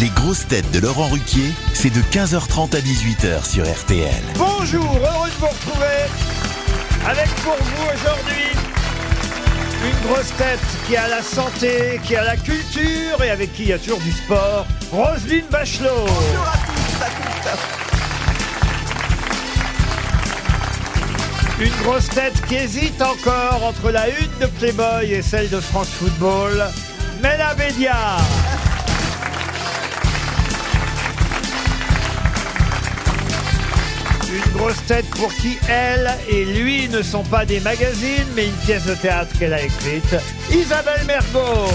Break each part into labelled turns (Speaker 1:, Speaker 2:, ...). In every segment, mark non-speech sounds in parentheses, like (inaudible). Speaker 1: Les grosses têtes de Laurent Ruquier, c'est de 15h30 à 18h sur RTL.
Speaker 2: Bonjour, heureux de vous retrouver avec pour vous aujourd'hui une grosse tête qui a la santé, qui a la culture et avec qui il y a toujours du sport, Roselyne Bachelot. Une grosse tête qui hésite encore entre la une de Playboy et celle de France Football, Mela Bédia. Une grosse tête pour qui elle et lui ne sont pas des magazines, mais une pièce de théâtre qu'elle a écrite, Isabelle Mergot.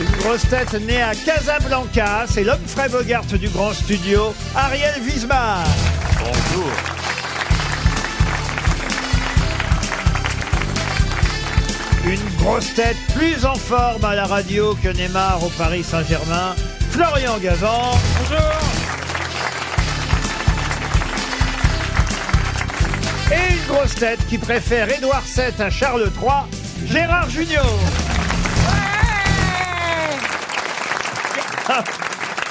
Speaker 2: Une grosse tête née à Casablanca, c'est l'homme Fray Bogart du grand studio, Ariel Wiesmann.
Speaker 3: Bonjour.
Speaker 2: Une grosse tête plus en forme à la radio que Neymar au Paris Saint-Germain, Florian Gazan. Bonjour. Et une grosse tête qui préfère Édouard VII à Charles III, Gérard Junior. Ah,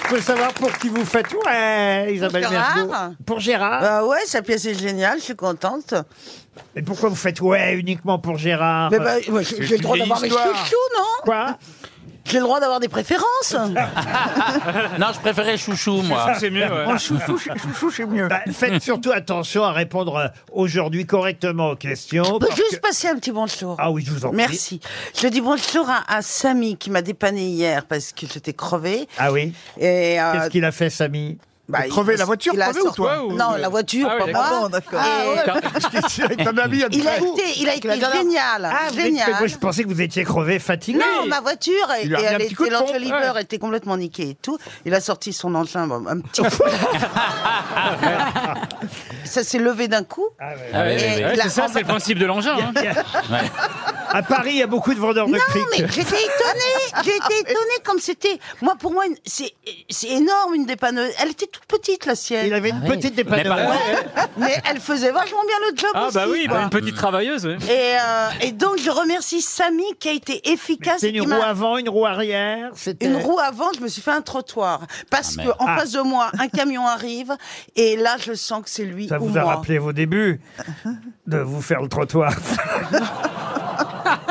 Speaker 2: Je peux savoir pour qui vous faites ouais, Isabelle
Speaker 4: Gérard
Speaker 2: Mergo Pour Gérard
Speaker 4: Bah ouais, sa pièce est géniale, je suis contente.
Speaker 2: Mais pourquoi vous faites ouais uniquement pour Gérard
Speaker 4: Mais bah, moi, j'ai j'ai le droit d'avoir mes chouchous, non
Speaker 2: Quoi
Speaker 4: J'ai le droit d'avoir des préférences.
Speaker 5: Non, je préférais chouchou, moi.
Speaker 3: C'est mieux, ouais.
Speaker 4: chouchou, chouchou, c'est mieux.
Speaker 2: Bah, faites surtout attention à répondre euh, aujourd'hui correctement aux questions.
Speaker 4: Peut
Speaker 2: parce
Speaker 4: Bah, juste
Speaker 2: que-
Speaker 4: passer un petit bonjour.
Speaker 2: Ah oui, je vous en prie.
Speaker 4: Merci. Je dis bonjour à, à Samy qui m'a dépanné hier parce que j'étais crevée.
Speaker 2: Ah oui
Speaker 4: Et, euh,
Speaker 2: Qu'est-ce qu'il a fait, Samy
Speaker 4: bah, il-
Speaker 6: crevé, la voiture
Speaker 4: il a
Speaker 6: crevée ou
Speaker 4: sorti-
Speaker 6: toi,
Speaker 3: ou-
Speaker 4: Non, la voiture,
Speaker 3: Ah oui,
Speaker 4: pas moi.
Speaker 3: d'accord. Ah,
Speaker 4: Et
Speaker 6: Ta mamie, elle
Speaker 4: Il a
Speaker 6: crève.
Speaker 4: été, il a été génial,
Speaker 3: Ah,
Speaker 2: vous dites-
Speaker 4: génial.
Speaker 2: Ah, mais moi, je pensais que vous étiez crevé, fatigué. Ah,
Speaker 4: Non, ma voiture, et,
Speaker 6: lui a
Speaker 4: et
Speaker 6: remis un
Speaker 4: elle
Speaker 6: petit coup
Speaker 4: était,
Speaker 6: de pompe,
Speaker 4: l'enjoliveur
Speaker 6: ouais.
Speaker 4: était complètement niqué et tout. Il a sorti son engin, bon, un
Speaker 6: (laughs)
Speaker 4: petit coup. Ça s'est levé d'un coup.
Speaker 2: Ah ouais.
Speaker 5: Ah ouais,
Speaker 4: Et
Speaker 5: ouais, ouais.
Speaker 4: il a-
Speaker 7: C'est ça, c'est le principe de l'engin. hein.
Speaker 2: À Paris, il y a beaucoup de vendeurs de
Speaker 4: Non, mais
Speaker 2: cric.
Speaker 4: j'étais étonnée,
Speaker 6: Ah,
Speaker 4: j'ai été étonnée comme c'était. Moi, pour moi, une- c'est c'est énorme une dépanneuse. Elle était toute petite la
Speaker 2: Il
Speaker 4: sienne,
Speaker 2: avait une petite dépanneuse.
Speaker 7: Mais par contre-
Speaker 4: mais elle faisait vachement bien le job
Speaker 7: Ah
Speaker 4: aussi.
Speaker 7: bah oui, bah,
Speaker 4: quoi.
Speaker 7: une petite travailleuse. ouais.
Speaker 4: Et, euh, et donc je remercie Samy qui a été efficace.
Speaker 2: C'est
Speaker 4: et qui
Speaker 2: une
Speaker 4: m'a-
Speaker 2: roue avant, une roue arrière. C'était
Speaker 4: Une roue avant, je me suis fait un trottoir. Parce que en
Speaker 2: Ben. Ah.
Speaker 4: face de moi, un camion arrive. Et là, je sens que c'est lui
Speaker 2: Ça
Speaker 4: ou
Speaker 2: vous a
Speaker 4: moi.
Speaker 2: rappelé vos débuts de vous faire le
Speaker 4: (laughs)
Speaker 2: trottoir.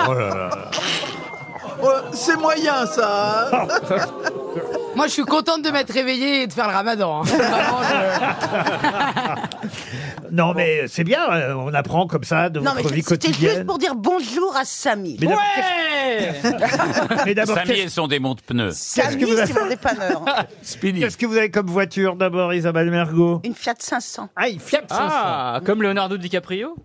Speaker 2: Oh
Speaker 8: C'est moyen ça.
Speaker 9: Moi, je suis contente de m'être réveillée et de faire
Speaker 7: (laughs)
Speaker 9: le ramadan. hein. Vraiment, je-
Speaker 2: Non, mais c'est bien, euh, on apprend comme ça de
Speaker 4: Non, mais
Speaker 2: votre vie
Speaker 4: c'était juste
Speaker 2: quotidienne.
Speaker 4: pour dire bonjour à Samy.
Speaker 2: Mais d'abord,
Speaker 7: Ouais
Speaker 2: qu'est-ce- mais d'abord,
Speaker 5: Samy
Speaker 2: qu'est-ce
Speaker 5: et son démon de pneus.
Speaker 2: qu'est-ce que
Speaker 4: Samy,
Speaker 2: vous avez
Speaker 4: c'est mon dépanneur.
Speaker 2: (laughs)
Speaker 5: Speedy.
Speaker 2: qu'est-ce que vous avez comme voiture d'abord, Isabelle Mergot
Speaker 4: Une Fiat 500.
Speaker 2: Ah, une Fiat 500.
Speaker 7: Ah, comme Leonardo DiCaprio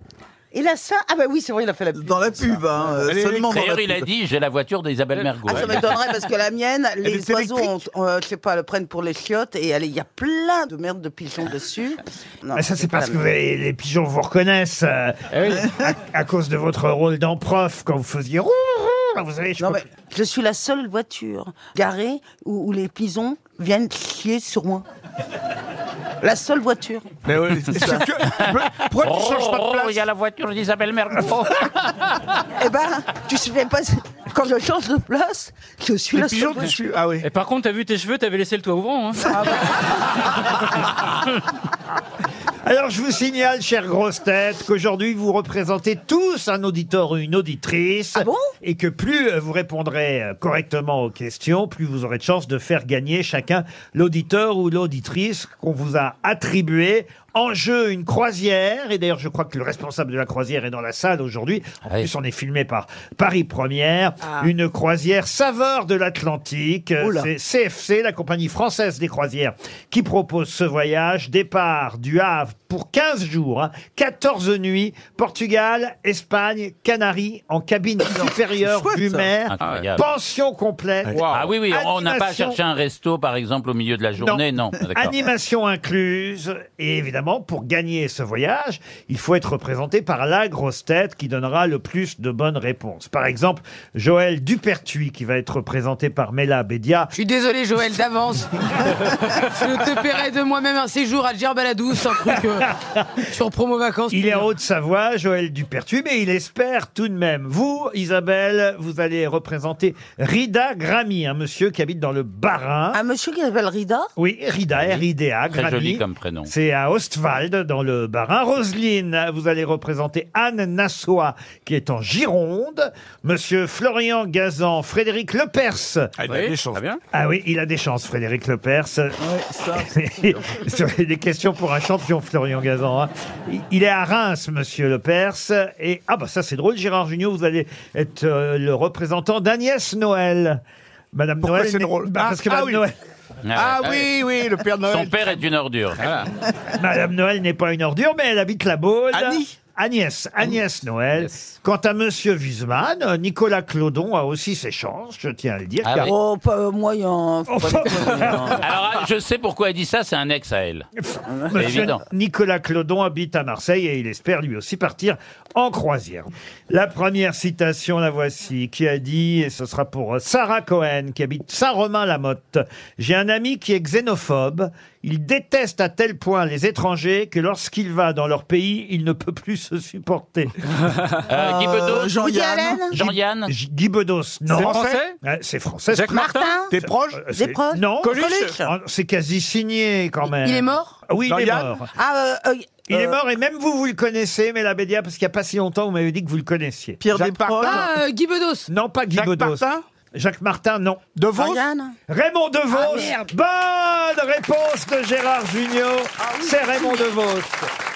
Speaker 4: Et là, ça. Ah, bah oui, c'est vrai, il a fait la.
Speaker 8: Dans la pub, hein. euh, seulement dans la
Speaker 5: D'ailleurs, il a
Speaker 8: pub.
Speaker 5: dit j'ai la voiture d'Isabelle Mergo.
Speaker 4: Ah, ça m'étonnerait parce que la mienne, les
Speaker 6: est
Speaker 4: oiseaux, ont, euh, je sais pas, le prennent pour les chiottes et elle- il y a plein de merde de pigeons
Speaker 2: (laughs)
Speaker 4: dessus. Non,
Speaker 2: Ah, ça, c'est
Speaker 4: pas
Speaker 2: parce
Speaker 4: la
Speaker 2: que
Speaker 4: mienne.
Speaker 2: les, les pigeons vous reconnaissent euh,
Speaker 7: Eh oui.
Speaker 2: à, à cause de votre rôle d'en-prof quand vous faisiez roux, roux, vous savez, je
Speaker 4: Non,
Speaker 2: peux-
Speaker 4: mais je suis la seule voiture garée où, où les pigeons viennent chier sur moi. La seule voiture.
Speaker 8: Mais ouais, c'est
Speaker 2: (laughs)
Speaker 8: ça.
Speaker 6: Pourquoi tu changes pas de place
Speaker 5: Oh, il y a la voiture d'Isabelle Mergo.
Speaker 4: Eh ben, tu sais pas. Quand je change de place, je suis
Speaker 6: Les
Speaker 4: la seule
Speaker 6: pigeons
Speaker 4: voiture.
Speaker 6: dessus. Ah oui.
Speaker 7: Et par contre, t'as vu tes cheveux, t'avais laissé le toit ouvrant. hein.
Speaker 2: Alors, je vous signale, chère grosse tête, qu'aujourd'hui, vous représentez tous un auditeur ou une auditrice.
Speaker 4: bon
Speaker 2: et que plus euh, vous répondrez euh, correctement aux questions, plus vous aurez de chances de faire gagner chacun l'auditeur ou l'auditrice qu'on vous a attribué. En jeu, une croisière. Et d'ailleurs, je crois que le responsable de la croisière est dans la salle aujourd'hui. En
Speaker 5: Ah oui.
Speaker 2: plus, on est filmé par Paris Première.
Speaker 8: Ah.
Speaker 2: Une croisière saveur de l'Atlantique. Euh,
Speaker 4: Oula.
Speaker 2: C'est CFC, la compagnie française des croisières, qui propose ce voyage. Départ du Havre pour 15 jours, hein, 14 nuits, Portugal, Espagne, Canaries,
Speaker 8: (coughs)
Speaker 2: en cabine supérieure
Speaker 8: chouette,
Speaker 2: du
Speaker 8: ça.
Speaker 2: mer,
Speaker 5: Incroyable.
Speaker 2: pension complète.
Speaker 5: Ah oui, oui, on n'a pas
Speaker 2: Animation.
Speaker 5: cherché un resto, par exemple, au milieu de la journée, non. D'accord.
Speaker 2: Animation incluse et évidemment évidemment, pour gagner ce voyage, il faut être représenté par la grosse tête qui donnera le plus de bonnes réponses. Par exemple, Joël Dupertuis, qui va être représenté par Mela Bédia.
Speaker 9: Je suis désolé, Joël,
Speaker 7: (laughs)
Speaker 9: d'avance. je te paierai de moi-même un séjour à Djerbaladous, un truc euh, sur promo vacances.
Speaker 2: Il est en Haute-Savoie, Joël Dupertuis, mais il espère tout de même. Vous, Isabelle, vous allez représenter Rida Grammy, un monsieur qui habite dans le Barin.
Speaker 4: Un monsieur qui s'appelle Rida
Speaker 2: Oui, Rida, R-I-D-A,
Speaker 5: Très
Speaker 2: Grammy.
Speaker 5: joli comme prénom.
Speaker 2: C'est à Ostwald, dans le Barin. Roselyne, vous allez représenter Anne Nassoa, qui est en Gironde. Monsieur Florian Gazan, Frédéric Lepers.
Speaker 6: Ah, il a
Speaker 5: Oui,
Speaker 6: des chances.
Speaker 5: très bien.
Speaker 2: Ah oui, il a des chances, Frédéric Lepers. (laughs) Sur les questions pour un champion, Florian Gazan. hein. Il- Il est à Reims, monsieur Lepers. Et, ah bah ça c'est drôle, Gérard Junior, vous allez être euh, le représentant d'Agnès Noël. Madame
Speaker 6: Pourquoi
Speaker 2: Noël
Speaker 6: c'est
Speaker 2: n'est-
Speaker 6: drôle
Speaker 2: Bah, parce que
Speaker 6: Ah, ah
Speaker 2: Madame
Speaker 6: oui.
Speaker 2: Noël-
Speaker 6: Ah
Speaker 5: Ouais.
Speaker 6: oui, oui, le Père
Speaker 5: Son
Speaker 6: Noël.
Speaker 5: père est une ordure.
Speaker 2: Madame Noël n'est pas une ordure, mais elle habite la Baule.
Speaker 6: Annie
Speaker 2: Agnès, Agnès Noël. Quant à Monsieur Wiesmann, euh, Nicolas Clodon a aussi ses chances, je tiens à le dire.
Speaker 5: Ah
Speaker 2: car-
Speaker 5: oui.
Speaker 4: Oh, pas euh, moyen. faut pas déconner, hein.
Speaker 5: Alors, ah, je sais pourquoi elle dit ça, c'est un ex à elle. C'est
Speaker 2: Monsieur
Speaker 5: évident.
Speaker 2: Nicolas Clodon habite à Marseille et il espère lui aussi partir en croisière. La première citation, la voici, qui a dit, et ce sera pour euh, Sarah Cohen, qui habite Saint-Romain-la-Motte. J'ai un ami qui est xénophobe. Il déteste à tel point les étrangers que lorsqu'il va dans leur pays, il ne peut plus se supporter.
Speaker 5: Euh, Guy Bedos,
Speaker 4: Woody
Speaker 8: Jean-Yann.
Speaker 4: Allen
Speaker 5: Jean-Yann,
Speaker 2: J- Guy Bedos, non.
Speaker 6: C'est français
Speaker 2: Ah, C'est français.
Speaker 7: Jacques Martin
Speaker 6: T'es proche
Speaker 2: Euh, c'est-
Speaker 4: Des proches
Speaker 2: Non.
Speaker 4: Coluche
Speaker 2: Ah, C'est quasi signé quand même.
Speaker 9: Il est mort
Speaker 2: Ah Oui, il est
Speaker 6: Jean-Yann
Speaker 2: mort.
Speaker 4: Ah, euh, euh,
Speaker 2: Il est
Speaker 4: euh,
Speaker 2: mort et même vous, vous le connaissez, mais la Bédia, parce qu'il n'y a pas si longtemps, vous m'avez dit que vous le connaissiez.
Speaker 8: Pierre
Speaker 6: Jacques
Speaker 8: Desproges.
Speaker 9: Ah, euh, Guy Bedos.
Speaker 2: Non, pas Guy
Speaker 6: Jacques
Speaker 2: Bedos.
Speaker 6: Martin
Speaker 2: Jacques Martin, non.
Speaker 6: De Vos
Speaker 4: Jean-Yann
Speaker 2: Raymond DeVos.
Speaker 9: Ah, merde. Ah
Speaker 2: Bonne réponse de Gérard Junior. C'est Raymond DeVos.